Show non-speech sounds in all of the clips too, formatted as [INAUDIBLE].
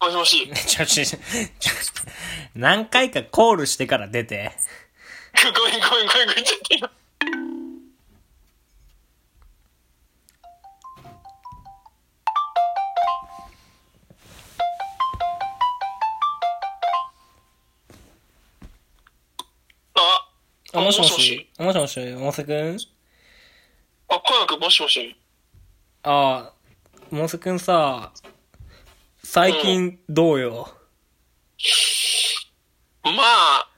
もしもし。 [LAUGHS] ちょ、ちょ、ちょ、何回かコールしてから出て。ごめんごめんごめんごめん。ちょっと今。あ、あ、もしもし。あもしもし、モンスくんあ、コナン君もしもし。あー、モンスくんさ、最近どうよ。まあ、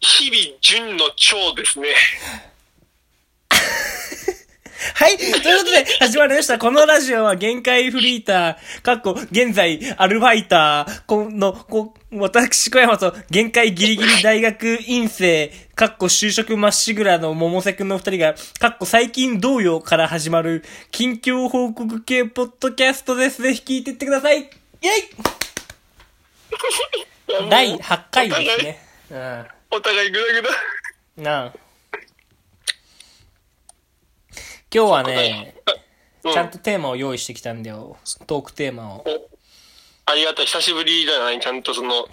日々順の長ですね。はいということで、始まりました。このラジオは、限界フリーター、かっこ、現在、アルバイター、この、こ、私、小山と、限界ギリギリ大学院生、かっこ、就職まっしぐらの桃瀬くんの二人が、かっこ、最近どうよから始まる、近況報告系ポッドキャストです。ぜひ聞いていってくださいイェイ第8回ですね。うお互いグダグダ。ん。なあ。今日はね、うんちゃんとテーマを用意してきたんだよ。トークテーマを。おありがたい。久しぶりだな、ちゃんとその、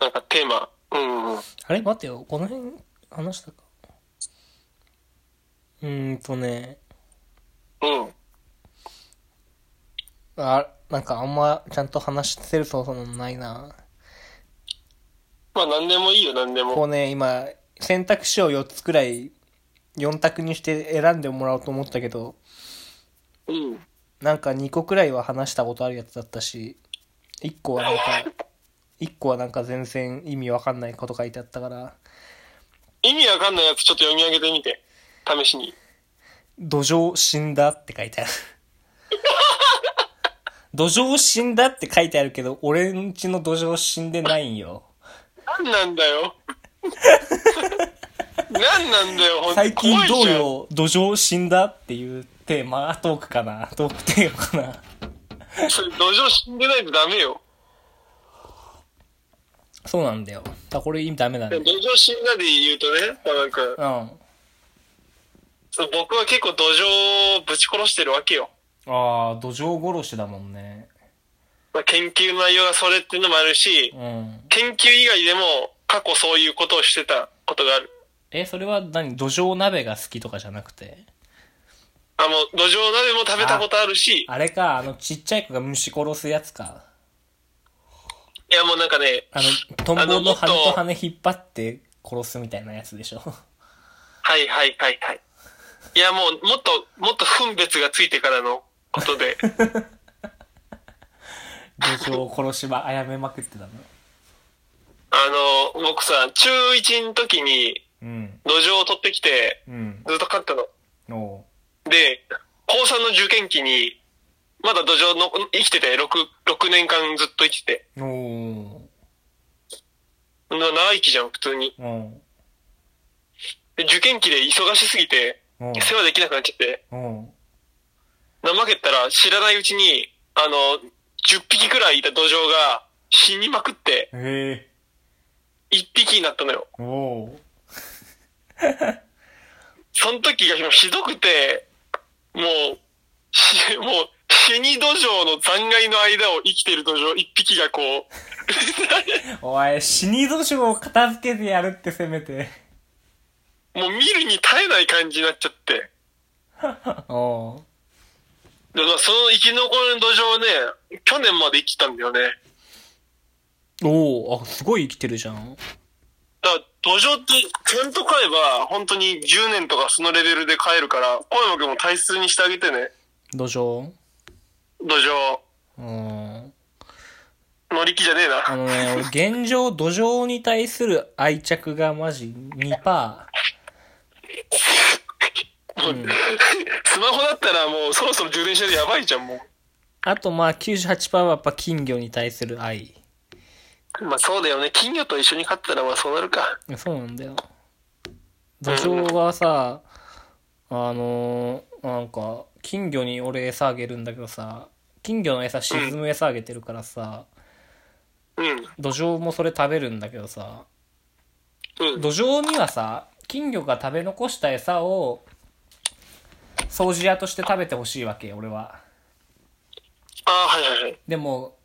なんかテーマ。うん。うんあれ待ってよ。この辺、話したか。うーんとね、うん。あ、なんかあんまちゃんと話せるそうもないな。まあ何でもいいよ、何でも。こうね、今、選択肢を4つくらい、4択にして選んでもらおうと思ったけど、うん。なんか2個くらいは話したことあるやつだったし、1個はなんか、1個はなんか全然意味わかんないこと書いてあったから、意味わかんないやつちょっと読み上げてみて。試しに。土壌死んだって書いてある。 [LAUGHS] 土壌死んだって書いてあるけど、俺んちの土壌死んでないんよ。何なんだ [LAUGHS] よ。何なんだよ、ほんと最近どう。怖いじゃんよ、土壌死んだっていうテーマ、トークかな、トークテーマかな。それ、土壌死んでないとダメよ。そうなんだよ。だこれダメだ土ね。壌死んだで言うとね、まあなんか、うん。あその僕は結構土壌をぶち殺してるわけよ。あ、土壌殺しだもんね。まあ、研究の内容がそれっていうのもあるしう、ん。研究以外でも過去そういうことをしてたことがある。え、それは何土壌鍋が好きとかじゃなくてあ、もう土壌鍋も食べたことあるし、あれか、あのちっちゃい子が虫殺すやつか。いやもうなんかね、あの、トンボの羽と羽引っ張って殺すみたいなやつでしょ。はいはいはいはい。いやもう、もっと、もっと分別がついてからのこと [LAUGHS] で。土壌を殺しば、あやめまくってたの。あの、僕さ、中1の時にうん。土壌を取ってきて、うん。ずっと飼ったの。おで、高3の受験期に、まだ土壌の、生きてて、6、6年間ずっと生きてて。うお長生きじゃん、普通に。ううん。で受験期で忙しすぎて、うん。世話できなくなっちゃって、うん。怠けたら知らないうちに、あの、10匹くらいいた土壌が死にまくって、へえ。 1匹になったのよ。おおその時がひどくて、もう、しもう、死に土壌の残骸の間を生きてる土壌一匹がこう、おい、死に土壌を片付けてやるってせめて。もう見 [LAUGHS] るに耐えない感じになっちゃって。おうでまあその生き残りの土壌をね、去年まで生きたんだよね。おおあ、すごい生きてるじゃん。だから土壌って、ちゃんと買えば、本当に10年とかそのレベルで買えるから、小山君も大切にしてあげてね。土壌土壌。うん。乗り気じゃねえな。あのね、俺現状、土壌に対する愛着がマジ2%。スマホだったらもうそろそろ充電しないとやばいじゃん、もあとまあ98%はやっぱ金魚に対する愛。う。まあそうだよね。金魚と一緒に飼ったらまあそうなるか。いやそうなんだよ土壌はさあのーなんか金魚に俺餌あげるんだけどさ金魚の餌沈む餌あげてるからさ、うん。土壌もそれ食べるんだけどさうん。土壌にはさ金魚が食べ残した餌を掃除屋として食べてほしいわけ俺はああ、はいはいはい。でも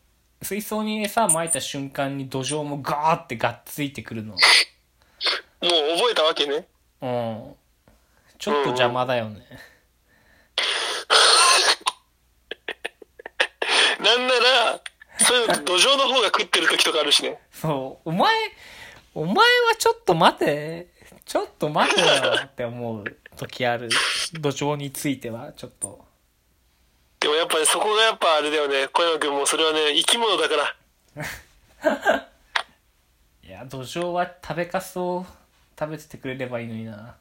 水槽に餌撒いた瞬間に土壌もガーってがっついてくるの。もう覚えたわけね。うん。ちょっと邪魔だよね。なんなら、そういうの土壌の方が食ってる時とかあるしね。そう、お前、お前はちょっと待て、ちょっと待てよって思う時ある。土壌については、ちょっと。でもやっぱね、そこがやっぱあれだよね。小山くんもそれはね、生き物だから。いや、土壌は食べかすを食べててくれればいいのにな。っ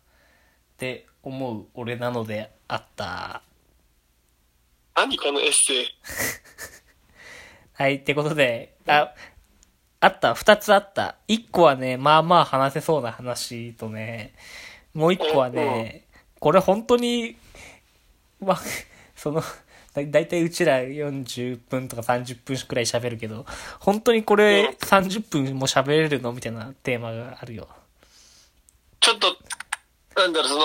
て思う俺なのであった。何このエッセイ。はい、ってことで、あ、あった、二つあった。一個はね、まあまあ話せそうな話とね、もう一個はね、これ本当に、まあ、その、だだいたいうちら40分とか30分くらい喋るけど、本当にこれ30分も喋れるのみたいなテーマがあるよ。ちょっと、なんだろう、その、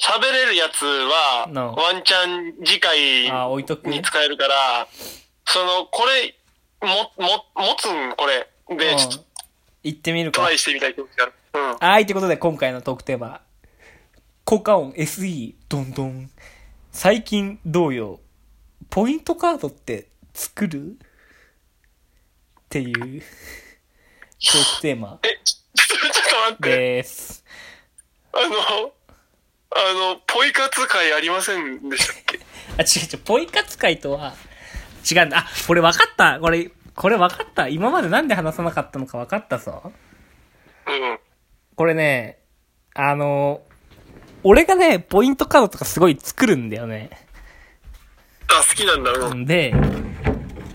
喋れるやつは、 No ワンチャン次回あー置いとくに使えるから、その、これ、も、も、持つんこれ。で、ちょっうんと行ってみるトかラ。イしてみたい気持ちがある。うん。はい、ということで今回のトークテーマ。効果音 SE、どんどん。最近同様、ポイントカードって作るっていうトークテーマえ、ちょっとちょっと待って。です。あの、あの、ポイ活会ありませんでしたっけあ、違う違う、ポイ活会とは違うんだ。あ、これ分かった。これ、これ分かった。今までなんで話さなかったのか分かったぞ。うん。これね、あの、俺がね、ポイントカードとかすごい作るんだよね。あ、好きなんだ、うん。で、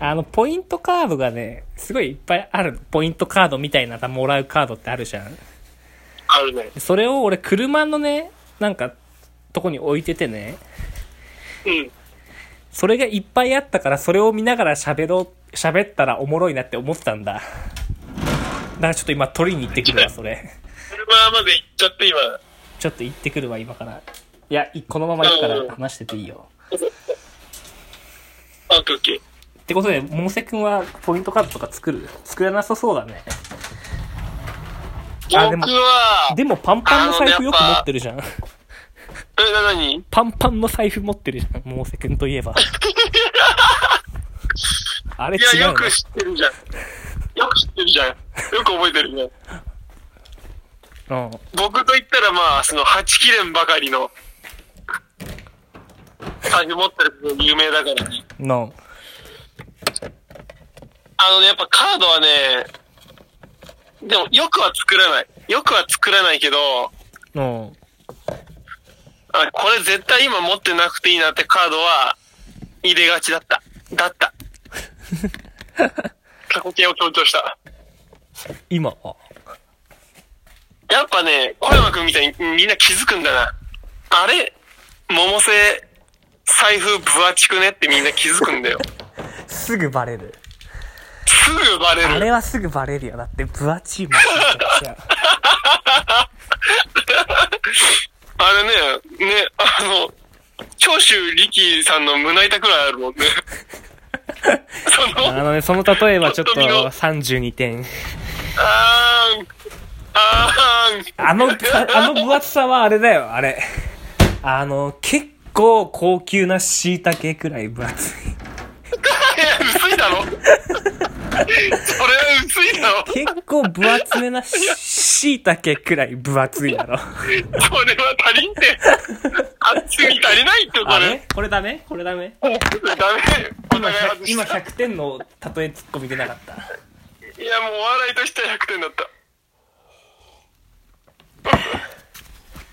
あの、ポイントカードがね、すごいいっぱいある。ポイントカードみたいなさ、もらうカードってあるじゃん。あるね。それを俺、車のね、なんか、とこに置いててね、うん。それがいっぱいあったから、それを見ながら喋ろう、喋ったらおもろいなって思ってたんだ。だからちょっと今、取りに行ってくるわ、それ。車まで行っちゃって、今。ちょっと行ってくるわ、今から。いや、いこのまま行くから話してていいよ。あ、オッケーオッケー。ってことで、モモセ君はポイントカードとか作る作らなさそうだね。あでも僕は、でもパンパンの財布よく持ってるじゃえ、ん。な、何パンパンの財布持ってるじゃん、百瀬くんとい [LAUGHS] えば。あれいや、違うよねく。知ってるじゃん。よく知ってるじゃん。よく覚えてるね。うん。僕と言ったらまあ、その、八切れんばかりの、財布持ってるの有名だからね。の、あのね、やっぱカードはね、でも、よくは作らない。よくは作らないけど、の、あこれ絶対今持ってなくていいなってカードは、入れがちだった。だった。過去形を強調した。今は。やっぱね、小山くんみたいにみんな気づくんだな。あれ百瀬、財布分厚くねってみんな気づくんだよ。すぐバレる。すぐバレある。れはすぐバレるよ。だって、分厚いもん。あれね、ね、あの、長州力さんの胸板くらいあるもん [LAUGHS] ね。そあの、のね、その例えはちょっとちょっと見ろ32点。あーん、あーん。あの、さあの分厚さはあれだよ、あれ。あの、結構高級な椎茸くらい分厚いい。や、薄いだろそれは薄いだろ結構分厚めなし椎茸くらい分厚い [LAUGHS] だろ。それは足りんって。厚み足りないって、こあれれ。これダメこれダメダメ。お今互い外100し今た。 100点の例えツッコミ出なかった。いや、もうお笑いとしては100点だった。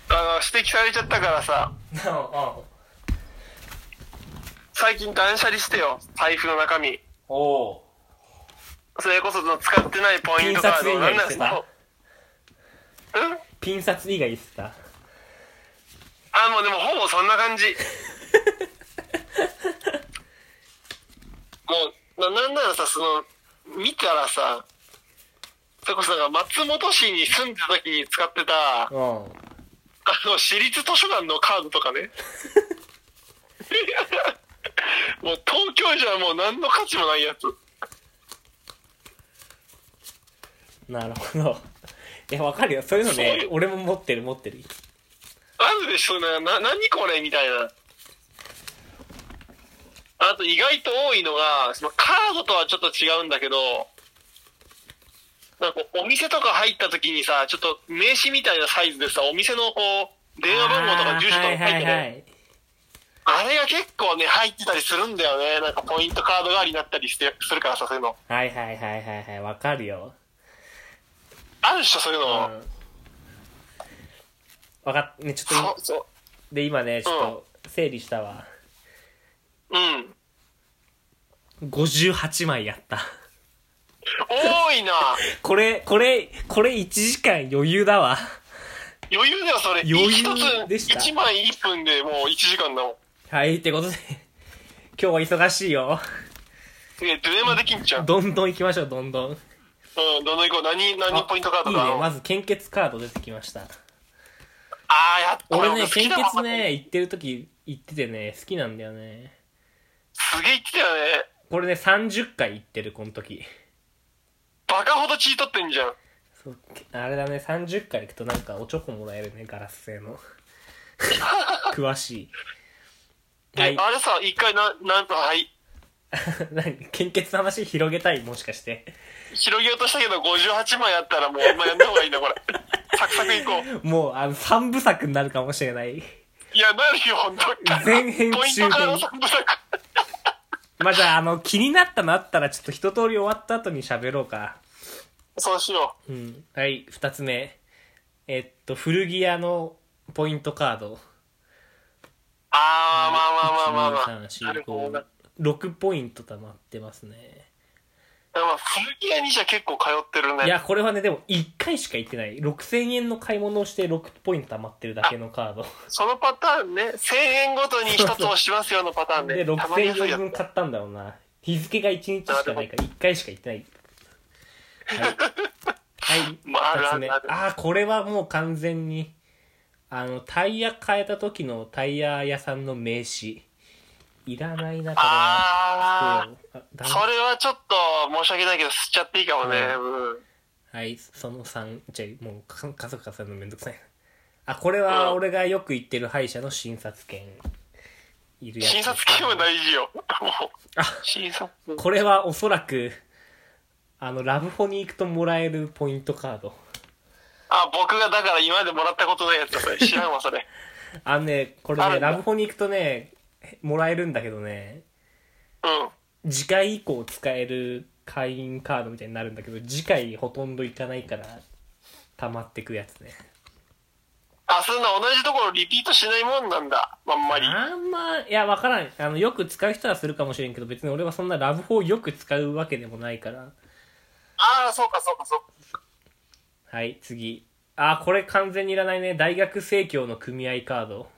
あの、指摘されちゃったからさ、最近断捨離してよ、財布の中身。おおそれこそその使ってないポイントカード印刷以外してたなんなんうんピン札以外ですかあ、もうでもほぼそんな感じ。 [LAUGHS] もう、な、なんならさ、その、見たらさ、それこそなんか松本市に住んでた時に使ってた、あうんの、私立図書館のカードと [LAUGHS] かね。もう東京じゃもう何の価値もないやつ。なるほど。 [LAUGHS] いや、わかるよ。そういうのそねう、俺も持ってる、持ってる。なんでしょうな、な、何これみたいな。あと意外と多いのが、そのカードとはちょっと違うんだけど、なんかお店とか入った時にさ、ちょっと名刺みたいなサイズでさ、お店のこう、電話番号とか住所とあーか入ってはいる、はいはい。あれが結構ね、入ってたりするんだよね。なんかポイントカード代わりになったりして、するからさ、そういうの。はいはいはいはいはい。わかるよ。あるっしょ、そういううん。の。わかっ、ね、ちょっと今そう、そで、今ね、ちょっと整理したわ。う。うん。 58枚やった。多いな。これ、これ、これ1時間余裕だわ。余裕だよ、それ。余裕でした一つ、1枚1分でもう1時間だもん。はい、ってことで、 [LAUGHS] 今日は忙しいよ。すげえ、ドゥエマできんちゃう。どんどん行きましょう、どんどん。うん、どの行こう。何、何ポイントカードいいだろね、う。まず献血カード出てきました。あー、やっと俺ね、好き献だわ血。ね、行ってる時行っててね、好きなんだよね。すげえ言ってたよね。これね、30回行ってる、この時。バカほど血取ってんじゃん。そうあれだね、30回行くとなんかおちょこもらえるね、ガラス [LAUGHS] 製の。詳しい。はえい。あれさ、一回な、なんと、はい。 [LAUGHS] 何献血の話広げたい、もしかして。広げようとしたけど、58枚あったらもう、まあ、やんな方がいいな、 [LAUGHS] これ。サクサクいこう。もう、あの、3部作になるかもしれない。いや、なるよ、ほんと。前編ポイン中ト [LAUGHS] カード編。 3部作。まあ、じゃあ、あの、気になったのあったら、ちょっと一通り終わった後に喋ろうか。そうしよう。うん。はい、二つ目。えっと、古着屋のポイントカード。あー、まあまあまあまあまあ。なるほどな。 6ポイント溜まってますね。まあ、古着屋にじゃ結構通ってるね。いや、これはね、でも1回しか行ってない。6000円の買い物をして6ポイント溜まってるだけのカード。そのパターンね、1000円ごとに一つ押しますよのパターンで、ね。たまりやすい6000円やつ分。買ったんだろうな。日付が1日しかないから、1回しか行ってない。 [LAUGHS] はい。はい。まあある二あつ目るあるあー、これはもう完全に、あの、タイヤ変えた時のタイヤ屋さんの名刺。いらないな、これは。あそーうあだそれはちょっと申し訳ないけど、吸っちゃっていいかもね。うん。はい、その3、じゃあもうか、かさかさのめんどくさいな。あ、これは俺がよく行ってる歯医者の診察券。いるやつ。診察券は大事よ。もあう、診察券。これはおそらく、あの、ラブホに行くともらえるポイントカード。あ、僕がだから今までもらったことないやつだ、それ。知らんわ、それ。あのね、これあるね、んだラブホに行くとね、もらえるんだけどね、 [LAUGHS] うん。次回以降使える会員カードみたいになるんだけど、次回ほとんど行かないから、溜まってくやつね。あ、そんな同じところリピートしないもんなんだ。あんまり。あんま、いや、わからん。あの、よく使う人はするかもしれんけど、別に俺はそんなラブ4よく使うわけでもないから。ああ、そうか、そうか、そうか。はい、次。あ、これ完全にいらないね。大学生協の組合カード。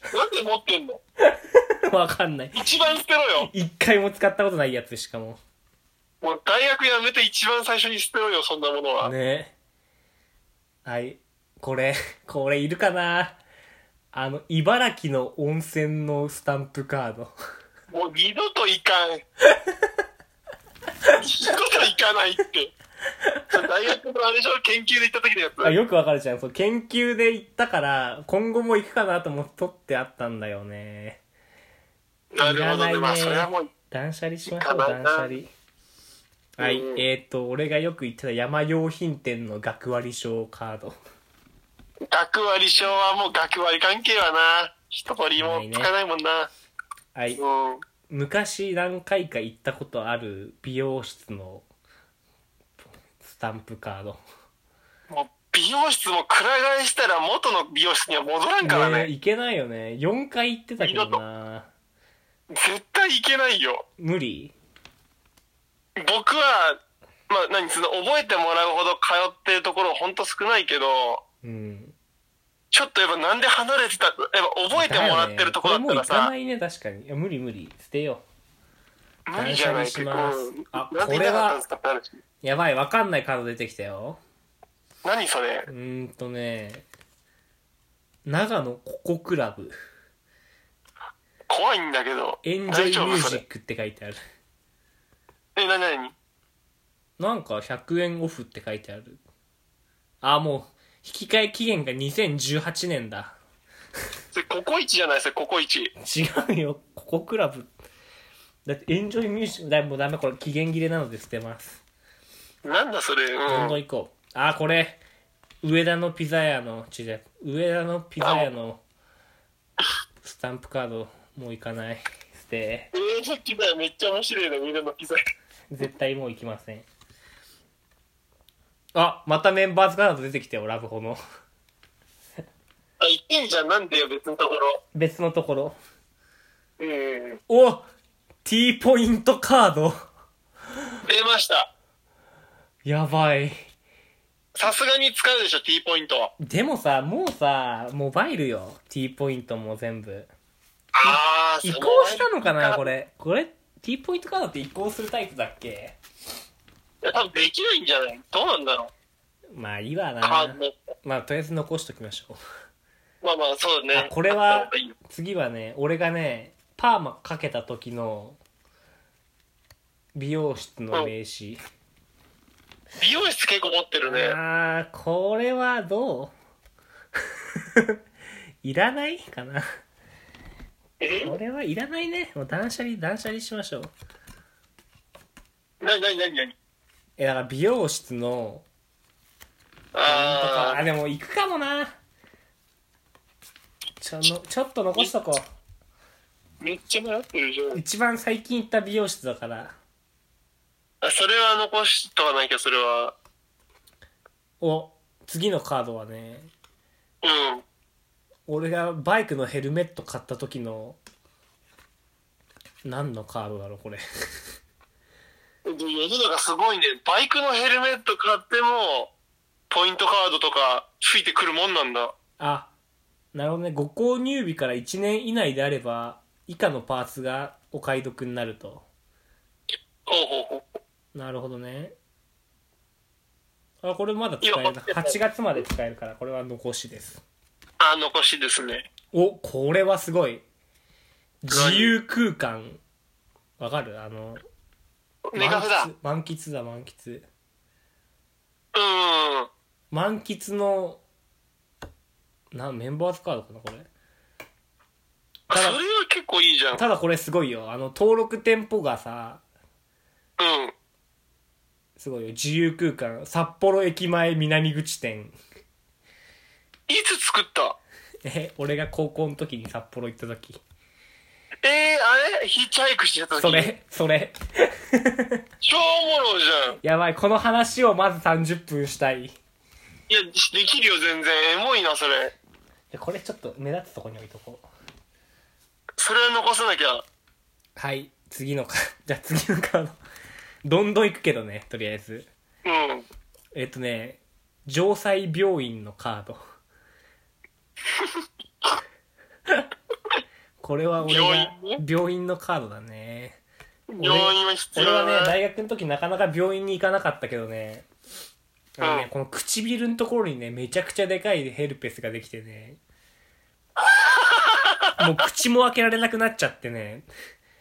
[LAUGHS] なんで持ってんのわかんない。一番捨てろよ。一回も使ったことないやつ、しかも。もう大学辞めて一番最初に捨てろよ、そんなものは。ねはい。これ、これいるかなあの、茨城の温泉のスタンプカード。もう二度と行かん。二度と行かないって。大学のあれでしょ研究で行った時のやつ。あよくわかるじゃん。そう、研究で行ったから、今後も行くかなと思って取ってあったんだよね。なるほどね。まあ、それはもう、断捨離しましょいかうない断な捨離はい、うんえっ、と俺がよく行ってた山用品店の学割証カード学割証はもう学割関係はな。一通りもつかないもんな。はいうん。昔何回か行ったことある美容室のスタンプカードもう、美容室もくら替えしたら元の美容室には戻らんからねね。行けないよね4回行ってたけどな絶対行けないよ。無理僕は、まあ、何、その、覚えてもらうほど通ってるところほんと少ないけど、うんちょっとやっぱなんで離れてた、やっぱ覚えてもらってるとこだっだたよねこれもうら行かさな、いね確かにいや無理無理捨てよ無理じゃない断捨離しますうんあなんでいなかったんですかってあるしうやばいわかんないカード出てきたよ何それうーんとね長野ココクラブ怖いんだけど。エンジョイ大ミュ丈夫ーそジれックって書いてある。え、なになになんか100円オフって書いてある。あ、もう、引き換え期限が2018年だ。それココイチじゃないですか、ココイチ。違うよ、ココクラブ。だって、エンジョイミュージック、だもうダメ、これ期限切れなので捨てます。なんだそれ、うん。どんどあん行こう。あ、これ、上田のピザ屋の、違う、上田のピザ屋のスタンプカード、もう行かない。捨て、えー、さっきだよ、めっちゃ面白いな、みんなのピザ。絶対もう行きません。あ、またメンバーズカード出てきたよ、ラブホの。あ、いいじゃん、なんでよ、別のところ。別のところ。うん。お !T ポイントカード。出ました。やばい。さすがに使うでしょ、T ポイントは。でもさ、もうさ、モバイルよ。T ポイントも全部。あー、移行したのかなこれ。これ、T ポイントカードって移行するタイプだっけいや多分できないんじゃないどうなんだろう。まあいいわな。カードの。まあとりあえず残しときましょう。 [LAUGHS] まあまあ、そうだあね。これあったは方がいいよ、次はね、俺がね、パーマかけた時の、美容室の名刺。美容室結構持ってるね。あー、これはどう [LAUGHS] いらないかな。えこれはいらないね。もう断捨離、断捨離しましょう。なになになになにえ、だから美容室の、あああ、でも行くかもな。ちょの、ちょっと残しとこー、う。めっちゃ迷ってるじゃん。一番最近行った美容室だから。あ、それは残しとかなきゃ、それは。お、次のカードはね、うん。俺がバイクのヘルメット買った時の、何のカードだろう、これ。 [LAUGHS] 世の中すごいね。バイクのヘルメット買っても、ポイントカードとかついてくるもんなんだ。あ、なるほどね。ご購入日から1年以内であれば、以下のパーツがお買い得になると。ほうほうほう。なるほどね。あ、これまだ使えるいやな。8月まで使えるから、これは残しです。あ、残しですね。お、これはすごい。自由空間。わかるあの、ネガフだ。うん。満喫だ、満喫。うん。満喫の、な、メンバーズカードかな、これ。あたそだれは結構いいじゃん。うん。ただこれすごいよ。あの、登録店舗がさ、すごいよ。自由空間。札幌駅前南口店。 [LAUGHS] いつ作ったえ、俺が高校の時に札幌行った時。えー、あれヒッチハイクしてた時そ。れ、それ。超おもろいじゃん。やばい、この話をまず30分したい。いいや、できるよ、全然。エモいな、それ。やこれちょっと目立つとこに置いとこう。それは残さなきゃ。はい、次のか、じゃあ次のカード。どんどん行くけどね、とりあえず。うん。えっとね、城西病院のカー [LAUGHS] ド。これは俺が病院ね病院のカードだね。病院は必要俺だはね、ね。大学の時なかなか病院に行かなかったけどね、あのねうんこの唇のところにね、めちゃくちゃでかいヘルペスができ [LAUGHS] てね、もう口も開けられなくなっちゃってね、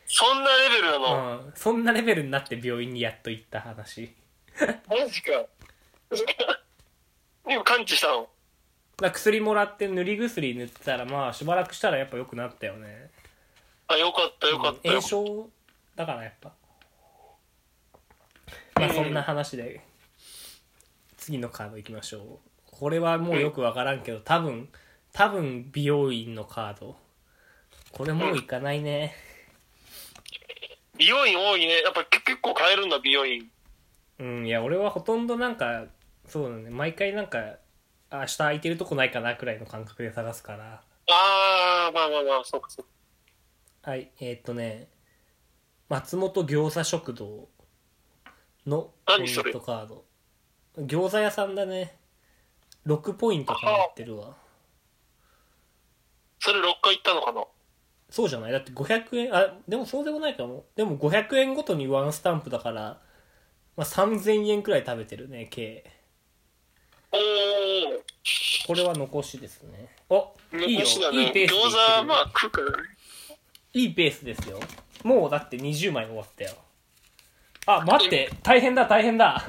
そんなレベルなうの。ん、そんなレベルになって病院にやっと行った話。マジか。 [LAUGHS] でも感知したの。だから薬もらって塗り薬塗ってたらまあしばらくしたらやっぱ良くなったよねあ、よかった、よかった炎よ。症だからやっぱまあそんな話で次のカードいきましょうこれはもうよくわからんけど多分多分美容院のカードこれもういかないね美容院多いね。やっぱ結結構変えるんだ、美容院。うんいや俺はほとんどなんかそうだね毎回なんかあ明日空いてるとこないかなくらいの感覚で探すからあー、まあまあまあ、そうかそうか。はい、えーっとね、松本餃子食堂のポイ何ンそれトカード。餃子屋さんだね。6ポイントかなってるわ。それ6回行ったのかな。そうじゃないだって500円、あ、でもそうでもないかも。でも500円ごとにワンスタンプだから、まあ、3000円くらい食べてるね、計。おー、これは残しですね。お、いいよ。残しだいいね。ペ餃ースでいって子るはまあ食うからね。いいペースですよ。もうだって20枚終わったよ。あ、待って、大変だ、大変だ。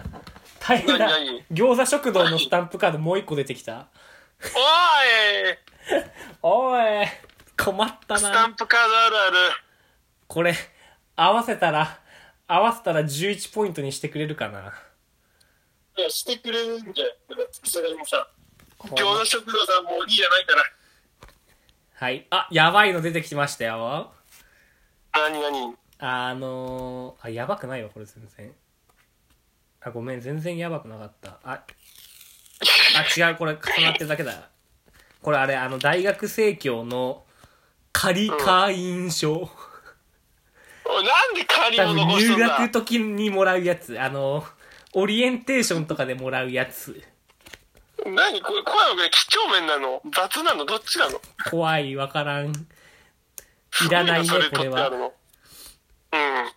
大変だ何何。餃子食堂のスタンプカードもう一個出てきた。おいおい、困ったスタな。ンプカードあるある。これ、合わせたら、合わせたら11ポイントにしてくれるかな。いや、してくれるんじゃないさすがにさ。餃子食堂さんもういいじゃないから。はい。あ、やばいの出てきましたよ。何何あのー、あ、やばくないわ、これ全然。あ、ごめん、全然やばくなかった。あ、あ、違う、これ重なってるだけだ。これあれ、あの、大学生協の仮会員証。おいなんで借り多物分欲し入とんだ学時にもらうやつ。あの、オリエンテーションとかでもらうやつ。何これ、小山くん、几帳面なの雑なのどっちなの怖い、わからん。いらないねすごなそこれ取ってはあるのうん。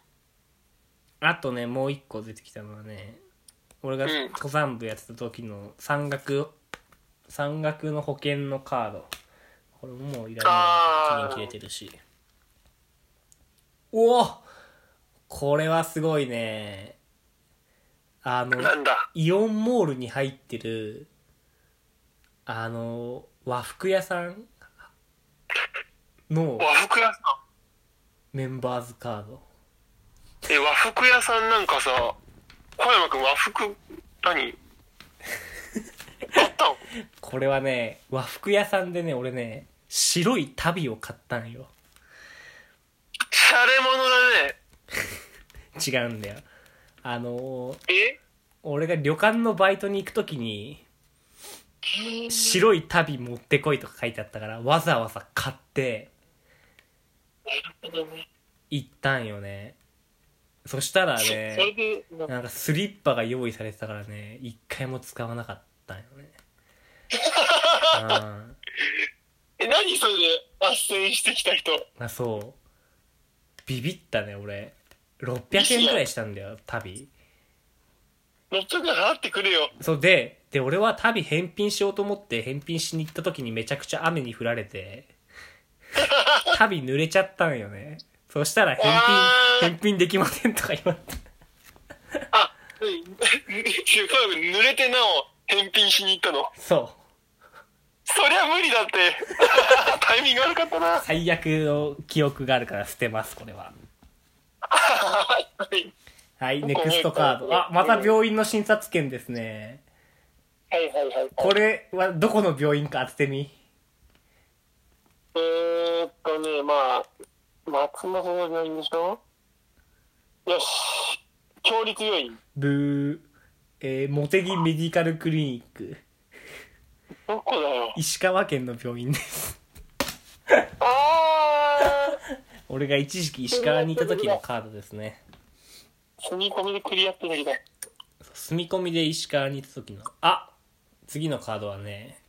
あとね、もう一個出てきたのはね、俺がうん登山部やってた時の山岳、山岳の保険のカード。これももういらなあい。ー期限切れてるし。おおこれはすごいね。あの、なんだイオンモールに入ってる、あの、和服屋さんの和服屋さん。メンバーズカード。え、和服屋さんなんかさ、小山くん和服、 [LAUGHS] 何あったのこれはね、和服屋さんでね、俺ね、白い足袋を買ったんよ。シャレ者だね。違うんだよ。あのー、え俺が旅館のバイトに行くときに、白い足袋持ってこいとか書いてあったから、わざわざ買って行ったんよね。そしたらそれ [LAUGHS] ね、で、なんかスリッパが用意されてたからね、一回も使わなかったんよね。うんえ、何それで、斡旋してきた人。まあそう。ビビったね、俺。600円くらいしたんだよ、旅。 600円払ってくれよ。そうで、で、俺は旅返品しようと思って返品しに行った時にめちゃくちゃ雨に降られて、旅濡れちゃったんよね。そしたら返あー品、返品できませんとか言われて。あ、うん。 [LAUGHS] 小山くん濡れてなお、返品しに行ったの。そう。そりゃ無理だって。 [LAUGHS] タイミング悪かったな。は最悪の記憶があるから捨てます、これは。いはい、ネクストカード。あ、また病院の診察券ですね。はいはいはい。これはどこの病院か当ててみ。えー、っとね、まあ、松本の病院でしょよし。強立病院。ブー、えー、モテギメディカルクリニック。どこだよ。石川県の病院です。あ俺が一時期石川にいた時のカードですね。ー住み込みでクリアってできない。住み込みで石川に行った時のあ次のカードはね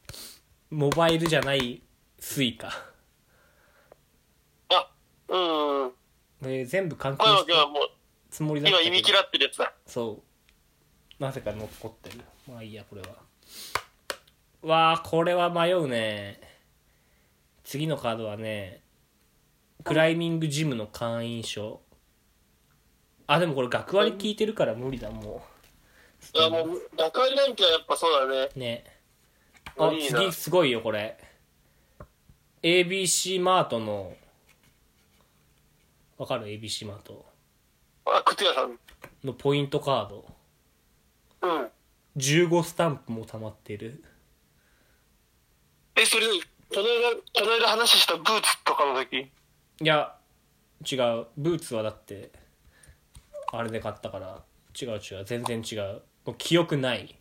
モバイルじゃないスイカあ、うん。これ全部換小金山し君たはもう、つもりだった今、け意ど味嫌ってるやつだ。そうなぜか残ってるまあいいやこれはわあこれは迷うね次のカードはねクライミングジムの会員証あでもこれ学割聞いてるから無理だもいや、もう、学割なんかやっぱそうだね。うねあいいな次すごいよこれ ABC マートのわかる ABC マートあ、靴屋さん。うん。のポイントカード15スタンプも溜まってるえ、それ、この間、この間話したブーツとかの時。いや違うブーツはだってあれで買ったから違う違う全然違うもう記憶ない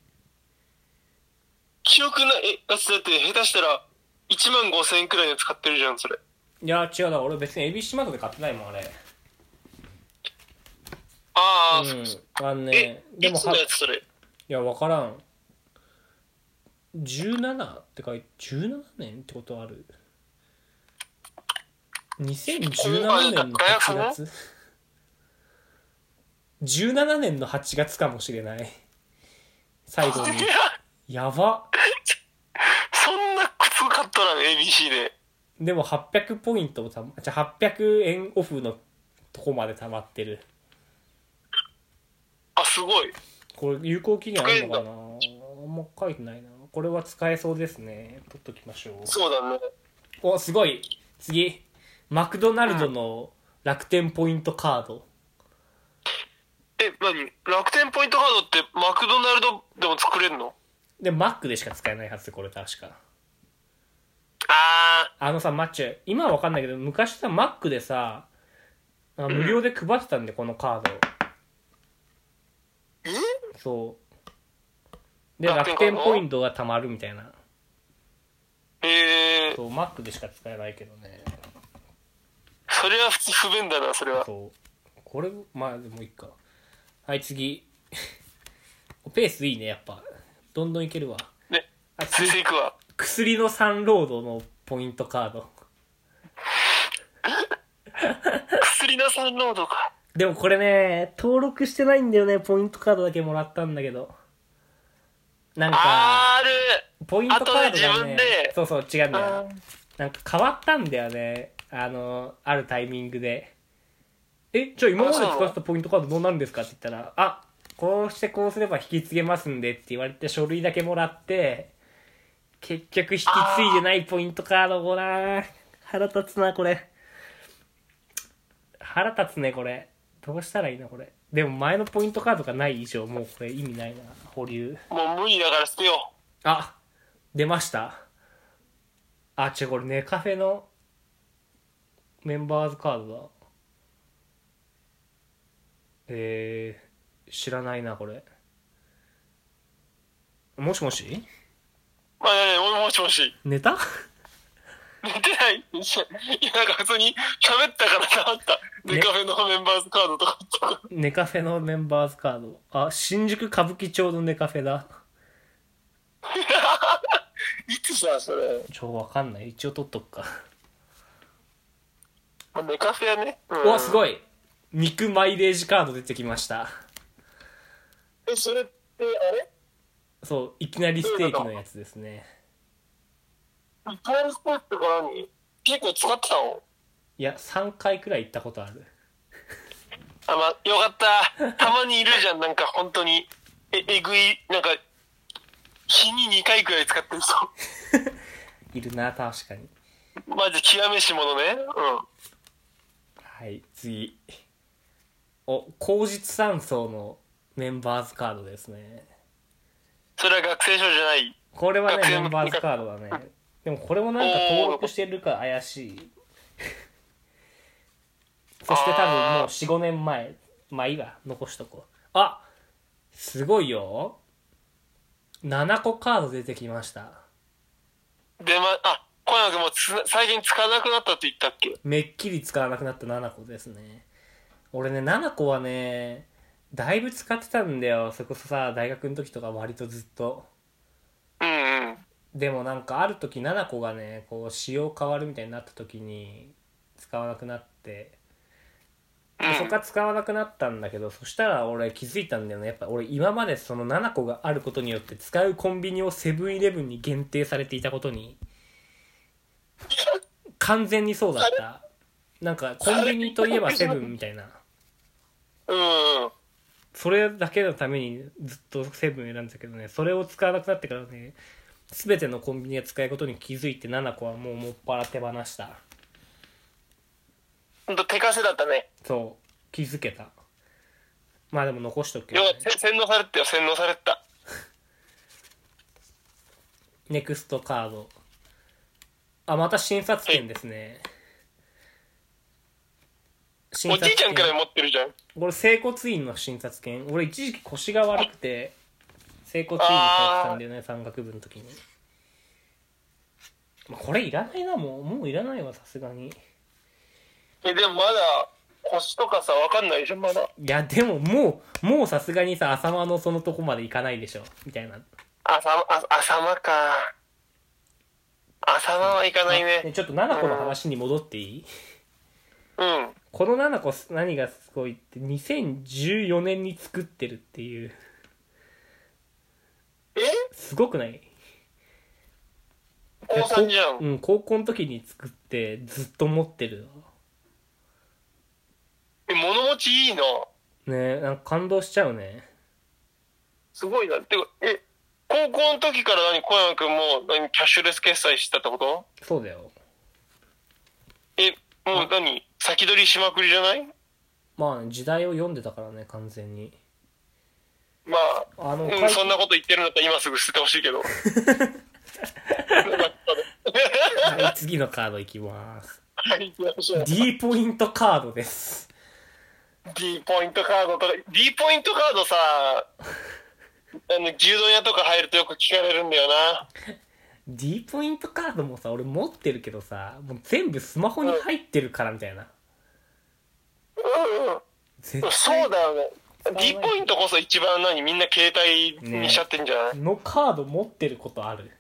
記憶ない、え、だって、だって下手したら、1万5千円くらいの使ってるじゃん、それ。いや違うだ俺別に ABC マートで買ってないもんあれああ、うんあのえね、でいもつはのやいつそれ。 [LAUGHS] や分からん17って書いて17年ってことある2017年の8月17年の8月かもしれない最後 [LAUGHS] にいや、やばそんな靴買ったら ABC で。でも800ポイントをたま、じゃあ800円オフのとこまで溜まってる。あ、すごい。これ有効期限あるのかなあんま書いてないな。これは使えそうですね。取っときましょう。そうだね。お、すごい次マクドナルドの楽天ポイントカード。え、何楽天ポイントカードってマクドナルドでも作れるので、マックでしか使えないはず、これ確か。ああのさ、マッチュ、今はわかんないけど、昔さ、マックでさ、あ無料で配ってたんで、このカードを。ー。んそう。で、楽楽天天カードポイントが貯まるみたいな。えー、そう、マックでしか使えないけどね。それは普通不便だな、それは。そう。これ、まあ、でもいいか。はい、次。 [LAUGHS] ペースいいね、やっぱ。どんどんいけるわ。ね。あ、全次然行くわ。薬のサンロードのポイントカード。薬なさんロードか。でもこれね、登録してないんだよね、ポイントカードだけもらったんだけど。なんか、あーるポイントカード後がでね自分で、そうそう、違うんだあよ。なんか変わったんだよね。あの、あるタイミングで。え、じゃあ今まで使ってたポイントカードどうなるんですかって言ったら、あ、こうしてこうすれば引き継げますんでって言われて書類だけもらって、結局引き継いでないポイントカードをな腹立つな、これ。腹立つね、これ。どうしたらいいの、これ。でも前のポイントカードがない以上、もうこれ意味ないな、保留。ーもう無理だから捨てよあ、出ました。あ、違う、これネカフェのメンバーズカードだ。えー、知らないな、これ。もしもしう。まあ、ね、もしもし。寝た寝てないいや、なんか普通に喋ったから黙った。デカフェのメンバーズカードとかとか。ネカフェのメンバーズカード。あ、新宿歌舞伎町のネカフェだ。いつさ、それ。ちょ、わかんない。一応取っとくか。まあ、寝かせやね。うわ、すい。ごい肉マイレージカード出てきました。え、それって、あれそう、いきなりステーキのやつですね。リポールスポーツとか何結構使ってたのいや、3回くらい行ったことある。あ、まあ、よかった。たまにいるじゃん、なんか本当に。 [LAUGHS] え、えぐい、なんか、日に2回くらい使ってる人。いるな、確かに。 [LAUGHS] マジ極めし者ね。うはい、次。お、口実三層のメンバーズカードですね。ん。それは学生証じゃない。これはね、学生メのンバーズカードだね。でもこれもなんか登録してるから怪しい。そして多分もう4、5年前。まあいいわ、残しとこう。あすごいよ。7個カード出てきました。で、ま、あ、小山君もつな最近使わなくなったって言ったっけめっきり使わなくなった7個ですね俺ね7個はねだいぶ使ってたんだよそれこそさ大学の時とか割とずっとうんうん。でもなんかある時7個がねこう仕様変わるみたいになった時に使わなくなってうそっん。から使わなくなったんだけどそしたら俺気づいたんだよねやっぱ俺今までその7個があることによって使うコンビニをセブンイレブンに限定されていたことに完全にそうだったなんかコンビニといえばセブンみたいなうんうん。それだけのためにずっとセブン選んだけどねそれを使わなくなってからね全てのコンビニが使えることに気づいて7個はもうもっぱら手放したほんと手稼だったね。そう気づけたまあでも残しとくよ、よね、せ洗脳されてたよ、洗脳されてた。ネクストカード。あ、また診察券ですね。診おじいちゃんくらい券。持ってるじゃん。これ、整骨院の診察券。俺、一時期腰が悪くて、整骨院に通ってたんだよね、山岳部の時に。まあこれいらないな、もう。もういらないわ、さすがに。いえ、でもまだ、腰とかさ、わかんないでしょ、まだ。や、でも、もう、もうさすがにさ、浅間のそのとこまで行かないでしょ、みたいな。朝、あ朝間か。朝間は行かないあねね。ちょっと、7個の話に戻っていいうん。この7個す何がすごいって2014年に作ってるっていうえすごくない高3じゃん。うん高校の時に作ってずっと持ってるえ、物持ちいいのねなんか感動しちゃうねすごいな。てか、え、高校の時から何、小山くんも何、キャッシュレス決済したってことそうだよ。え、もう何、先取りしまくりじゃないまあ、時代を読んでたからね、完全に。まあ、あの、うかん、いそんなこと言ってるんだったら今すぐ捨ててほしいけど。はい、次のカードいきます。はい、行きましょう D ポイントカードです。 D ポイントカードとか、D ポイントカードさ、あの、牛丼屋とか入るとよく聞かれるんだよな。 D ポイントカードもさ、俺持ってるけどさ、もう全部スマホに入ってるからみたいな。絶そうだよね。ない D ポイントこそ一番何みんな携帯にしちゃってんじゃない、対のカード持ってることある。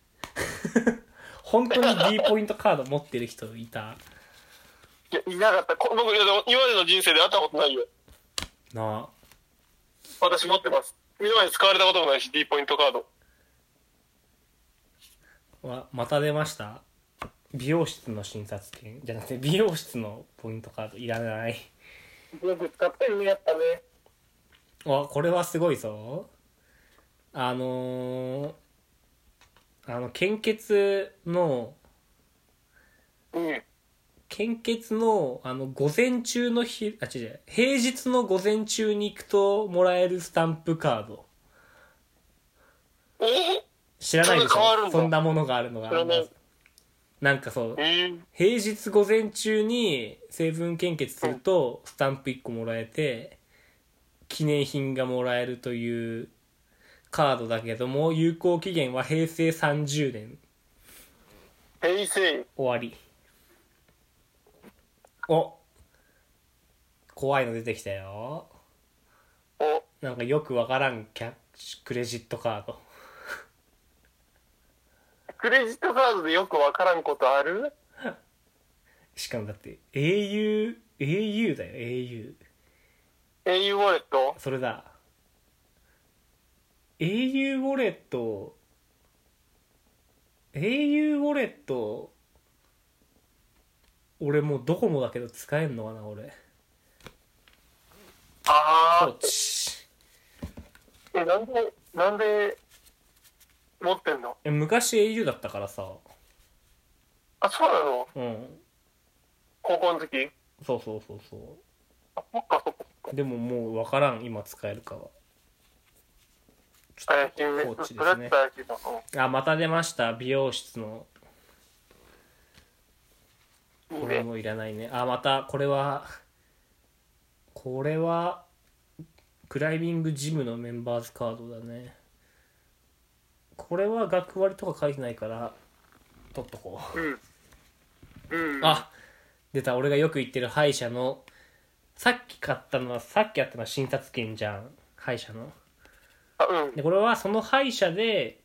[LAUGHS] 本当に D ポイントカード持ってる人いた。いや、いなかった。こ僕、いやでも今までの人生で会ったことないよ。なあ。私持ってます。今まで使われたこともないし、D ポイントカード。わまた出ました美容室の診察券じゃなくて美容室のポイントカードいらないよく使ったよね、やったね。わこれはすごいぞあのー、あの献血のうん。献血のあの午前中の日あ違う違う平日の午前中に行くともらえるスタンプカードえ知らないでしそれ変わるょんだそんなものがあるのが知らないなんかそううん。平日午前中に成分献血するとスタンプ1個もらえて記念品がもらえるというカードだけども有効期限は平成30年平成。終わりお怖いの出てきたよお、なんかよくわからんキャッシュクレジットカードクレジットカードでよくわからんことあるしかもだって au au だよ au ？au ウォレットそれだ au ウォレット au ウォレット俺もうドコモだけど使えんのかな俺あこっちあ。え、なんで、なんで、持ってんのえ昔 au だったからさあ、そうなのうん高校の時そうそうそうそあ、そっかそっか。うでももう分からん今使えるかは怪しいね。こっちですねそれだったら怪しいなうんあまた出ました美容室のいいこれね。もいらないねあまたこれはこれはクライミングジムのメンバーズカードだねこれは学割とか書いてないから取っとこううん。うん。あ出た俺がよく言ってる歯医者のさっき買ったのはさっきやったのは診察券じゃん歯医者のあ、うん。でこれはその歯医者で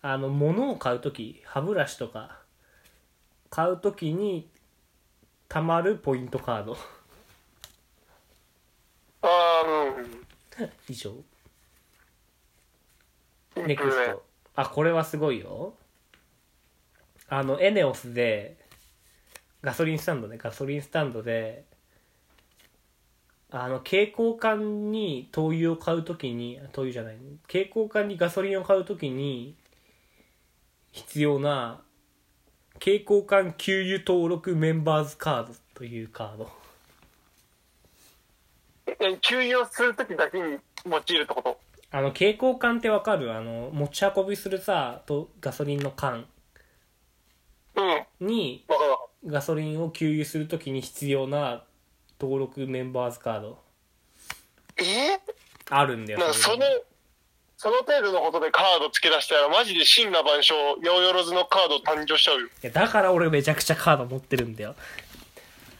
あの物を買う時歯ブラシとか買う時にたまるポイントカードあーうん。 [LAUGHS] 以上シンプネクスルねト。あ、これはすごいよ。あの、エネオスで、ガソリンスタンドね、ガソリンスタンドで、あの、蛍光管に灯油を買うときに、灯油じゃない、蛍光管にガソリンを買うときに、必要な、蛍光管給油登録メンバーズカードというカード。え、給油をするときだけに用いるってことあの、蛍光管ってわかるあの、持ち運びするさ、とガソリンの缶うん。わかに、るわかガソリンを給油するときに必要な登録メンバーズカードる。えあるんだよなんかその、その程度のことでカード付け出したら、マジで真羅万象、八百万のカード誕生しちゃうよ。いやだから俺めちゃくちゃカード持ってるんだよ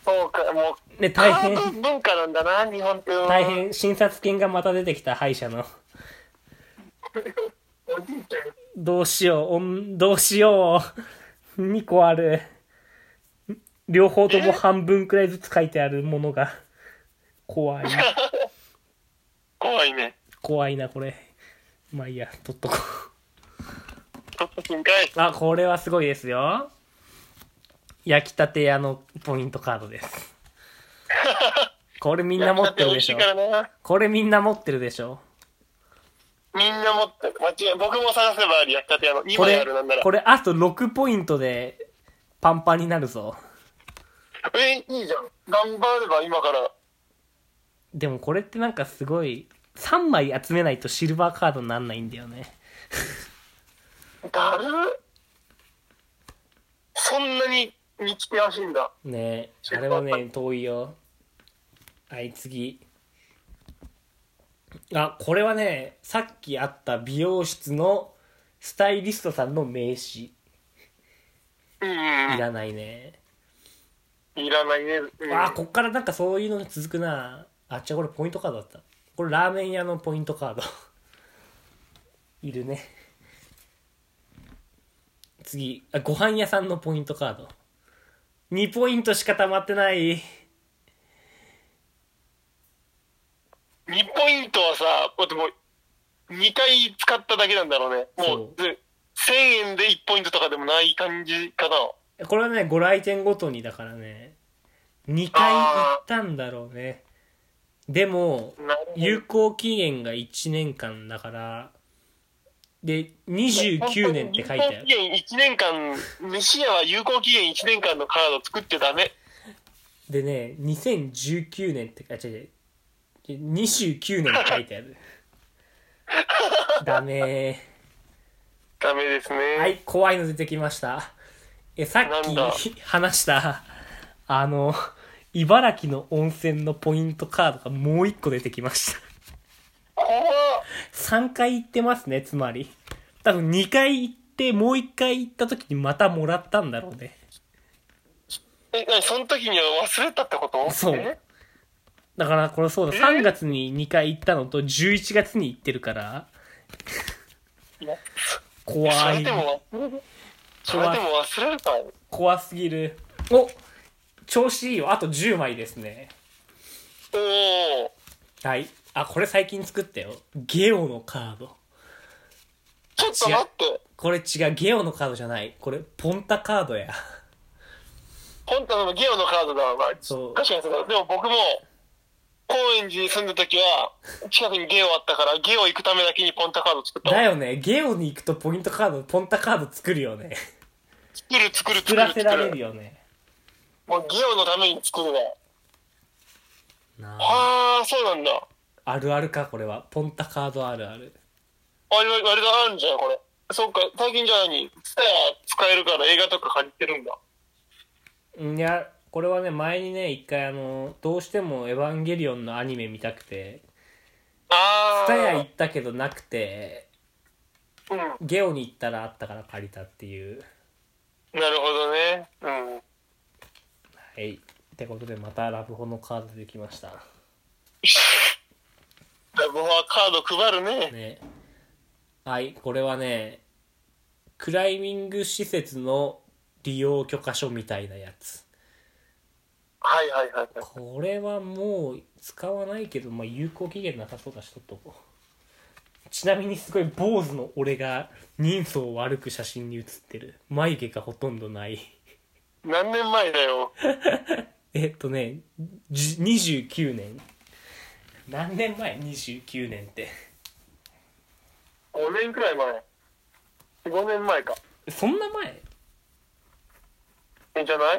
そうか、もう、ね大カー変ド文化なんだな、日本って。大。変診察券がまた出てきた歯医者のおじいちゃどうしようおんどうしよう2個ある両方とも半分くらいずつ書いてあるものが怖いん。怖いね。怖いなこれまあいいや取っとこちょっと心配。うあこれはすごいですよ焼きたて屋のポイントカー [LAUGHS] ドですこれみんな持ってるでしょだって美味しいからな。これみんな持ってるでしょみんな持ってる。間違い、僕も探せばある焼きたて屋の。こ今やれるなんなら、。これあと6ポイントでパンパンになるぞ。え、いいじゃん。頑張れば今から。でもこれってなんかすごい、3枚集めないとシルバーカードになんないんだよね。だるっそんなに見つけやすいんだ。ねえ、あれはね、遠いよ。はい、次。あ、これはね、さっきあった美容室のスタイリストさんの名刺。うんうんいらないね。うん。いらないね。うんあー、こっからなんかそういうのが続くな。あ、じゃあこれポイントカードだった。これラーメン屋のポイントカード。 [LAUGHS] いるね。次、あ、ご飯屋さんのポイントカード。2ポイントしか溜まってない。 2ポイントはさ、だってもう、2回使っただけなんだろうね。もう、で1000円で1ポイントとかでもない感じかな。これはね、ご来店ごとにだからね、2回行ったんだろうね。でも、なるほど有効期限が1年間だから、で、29年って書いてあ有効。る期限1年間、飯屋は有効期限1年間のカード作っちゃダメ。でね、2019年って、あ、違う違う。29年って書いてある。ダメダメですね。ー。はい、怖いの出てきました。え、さっなんだき話した、あの、茨城の温泉のポイントカードがもう一個出てきました。怖っ3回行ってますね、つまり。多分2回行って、もう1回行った時にまたもらったんだろうね。え、なにその時には忘れたってことそうえだから、これそうだ、え3月に2回行ったのと11月に行ってるから、いや怖それいで。も忘れる、それでも忘れるかい怖すぎる。お調子いいよ。あと10枚ですね。おー。はい。あ、これ最近作ったよ。ゲオのカード。ちょっと待って。これ違う、ゲオのカードじゃない。これ、ポンタカードや。本当のゲオのカードだわ、まあ、そう確かにそうだ。でも僕も、高円寺に住んだ時は、近くにゲオあったから、ゲオ行くためだけにポンタカード作った。だよね。ゲオに行くとポイントカード、ポンタカード作るよね。作る作る作作るら作せる。られるよね。もうゲオのために作るわ。なあ。はあ、そうなんだ。ああるあるか、これは。ポンタカードあるある。れ、あれがあるんじゃん、これ。そっか、最近じゃあ何ツタヤ使えるから映画とか借りてるんだ。いや、これはね、前にね、一回あの、どうしてもエヴァンゲリオンのアニメ見たくて、あスあ。タヤ行ったけどなくて、うん。ゲオに行ったらあったから借りたっていう。なるほどね。うん。はい。ってことで、またラブホのカードできました。ラブホはカード配るね。ね。はい、これはね、クライミング施設の利用許可書みたいなやつ。はいはいはいはい。これはもう使わないけど、まあ、有効期限なさそうだし取っとこうちなみにすごい坊主の俺が人相を悪く写真に写ってる眉毛がほとんどない何年前だよ。えっとねじ29年何年前29年って5年くらい前。5年前か。そんな前、え、じゃない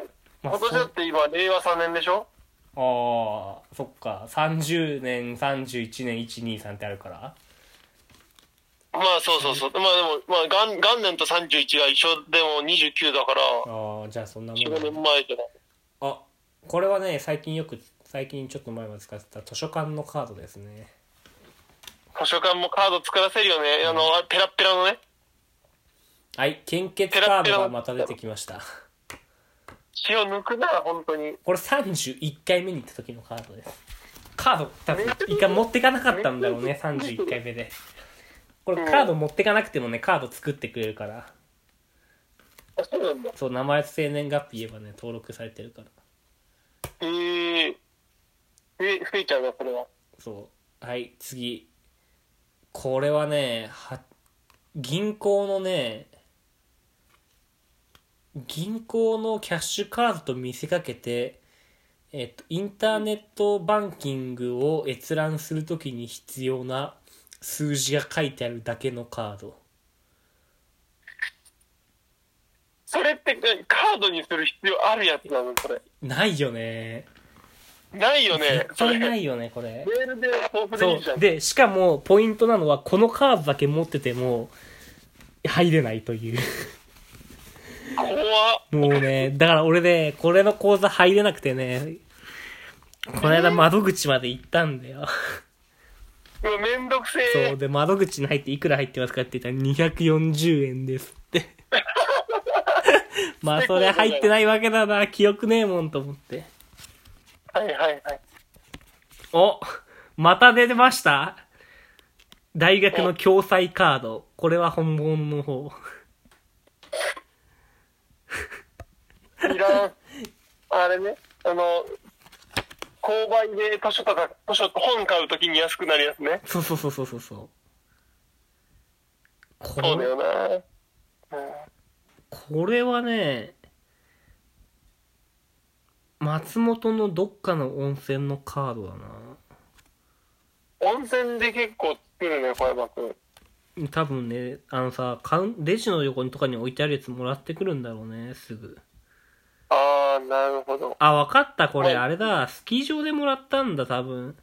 今まあ、そ年だって今、令和3年でしょあーそっか30年31年123ってあるからまあそうそうそう。まあでも、まあ元元年と31が一緒でも29だから、ああじゃあそんなもんだ15年前じゃない。あこれはね最近よく最近ちょっと前まで使ってた図書館のカードですね図書館もカード作らせるよね。あの、ペラッペラのね。はい、献血カードがまた出てきました。血を抜くな、本当に。これ31回目に行った時のカードです。カード、多分、一回持ってかなかったんだろうね、31回目で。これカード持ってかなくてもね、カード作ってくれるから。あ、そうなんだ。そう、名前と生年月日言えばね、登録されてるから。えー、え、増えちゃうな、これは。そう。はい、次。これはね、は、銀行のね、銀行のキャッシュカードと見せかけて、えっと、インターネットバンキングを閲覧するときに必要な数字が書いてあるだけのカード。それってカードにする必要あるやつなのそれ。ないよね。ないよね絶。それ。対なメいよね、こ [LAUGHS] れ。ールで送付でいそいじゃう。ん。で、しかも、ポイントなのは、このカードだけ持ってても、入れないという。怖っ。もうね、だから俺ね、これの講座入れなくてね、この間窓口まで行ったんだ [LAUGHS] よ。うわめんどくせそう。え。で、窓口に入っていくら入ってますかって言ったら240円ですって。 [LAUGHS] まあ、それ入ってないわけだな。記憶ねえもんと思って。はいはいはい。おまた出てました大学の共済カード。これは本物の方。いら [LAUGHS] ん。あれね、あの、購買で図書とか、図書と本買うときに安くなるやつね。そうそうそうそうそうそう。こそうだれよな。うんこれはね、松本のどっかの温泉のカードだ温泉で結構作るね、小山くん。な。多分ね、あのさ、カウンレジの横にとかに置いてあるやつもらってくるんだろうね、すぐ。あー、なるほど。あ、わかった、これ、はいあれだ、スキー場でもらったんだ、多分。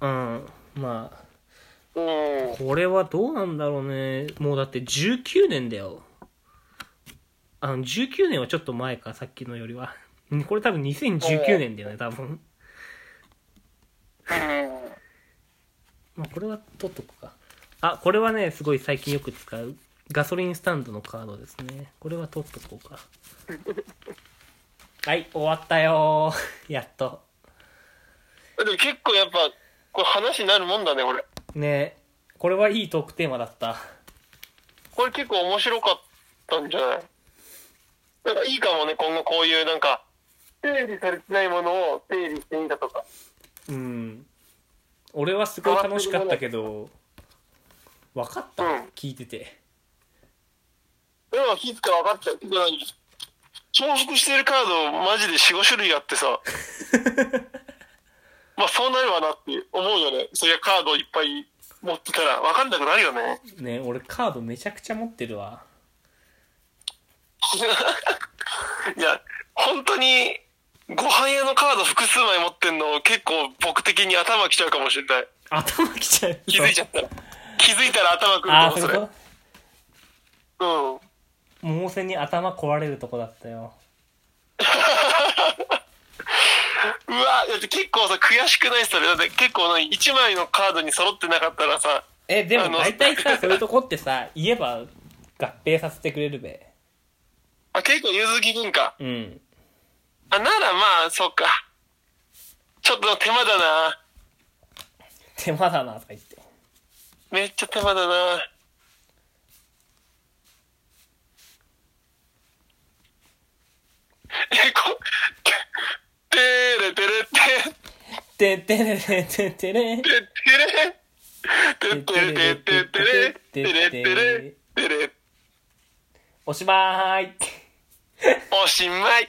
うん、まあ、うん。これはどうなんだろうね。もうだって19年だよ。あの、19年はちょっと前か、さっきのよりは。 [LAUGHS] うんこれ多分2019年だよね、多分。うん。まあ、これは取っとくか。あ、これはね、すごい最近よく使う。ガソリンスタンドのカードですね。これは取っとこうか。はい、終わったよー。やっと。でも結構やっぱ、これ話になるもんだね、これ。ねこれはいいトークテーマだった。これ結構面白かったんじゃないなんかいいかもね、今後こういうなんか、整理されてないものを整理してみたとか。うん。俺はすごい楽しかったけど、分かった、うん聞いてて。でも気づか分かったよ。てか重複してるカードマジで4、5種類あってさ。まあそうなるわなって思うよね。そりゃカードいっぱい持ってたら分かんなくなるよね。ね俺カードめちゃくちゃ持ってるわ。 [LAUGHS] いや、本当に、ご飯屋のカード複数枚持ってんの結構僕的に頭きちゃうかもしれない。頭きちゃう。気づいちゃったら。気づいたら頭くるあかあ、も、そういそうれ。うこん。と桃瀬に頭壊れるとこだったよ。うわだって結構さ、悔しくないっすよね。だって結構な、1枚のカードに揃ってなかったらさ、え、でもあの大体 [LAUGHS] さ、そういうとこってさ、言えば合併させてくれるべ。あ、結構融通ききんか。うん。あ、ならまあ、そっか。ちょっと手間だな。手間だな、とか言って。めっちゃ手間だな。え、こ、てれてれてってれてってってて、れ。てってれ、てってれて、てってれ、てれてれ、てれてれ、おしまーい。おしまい。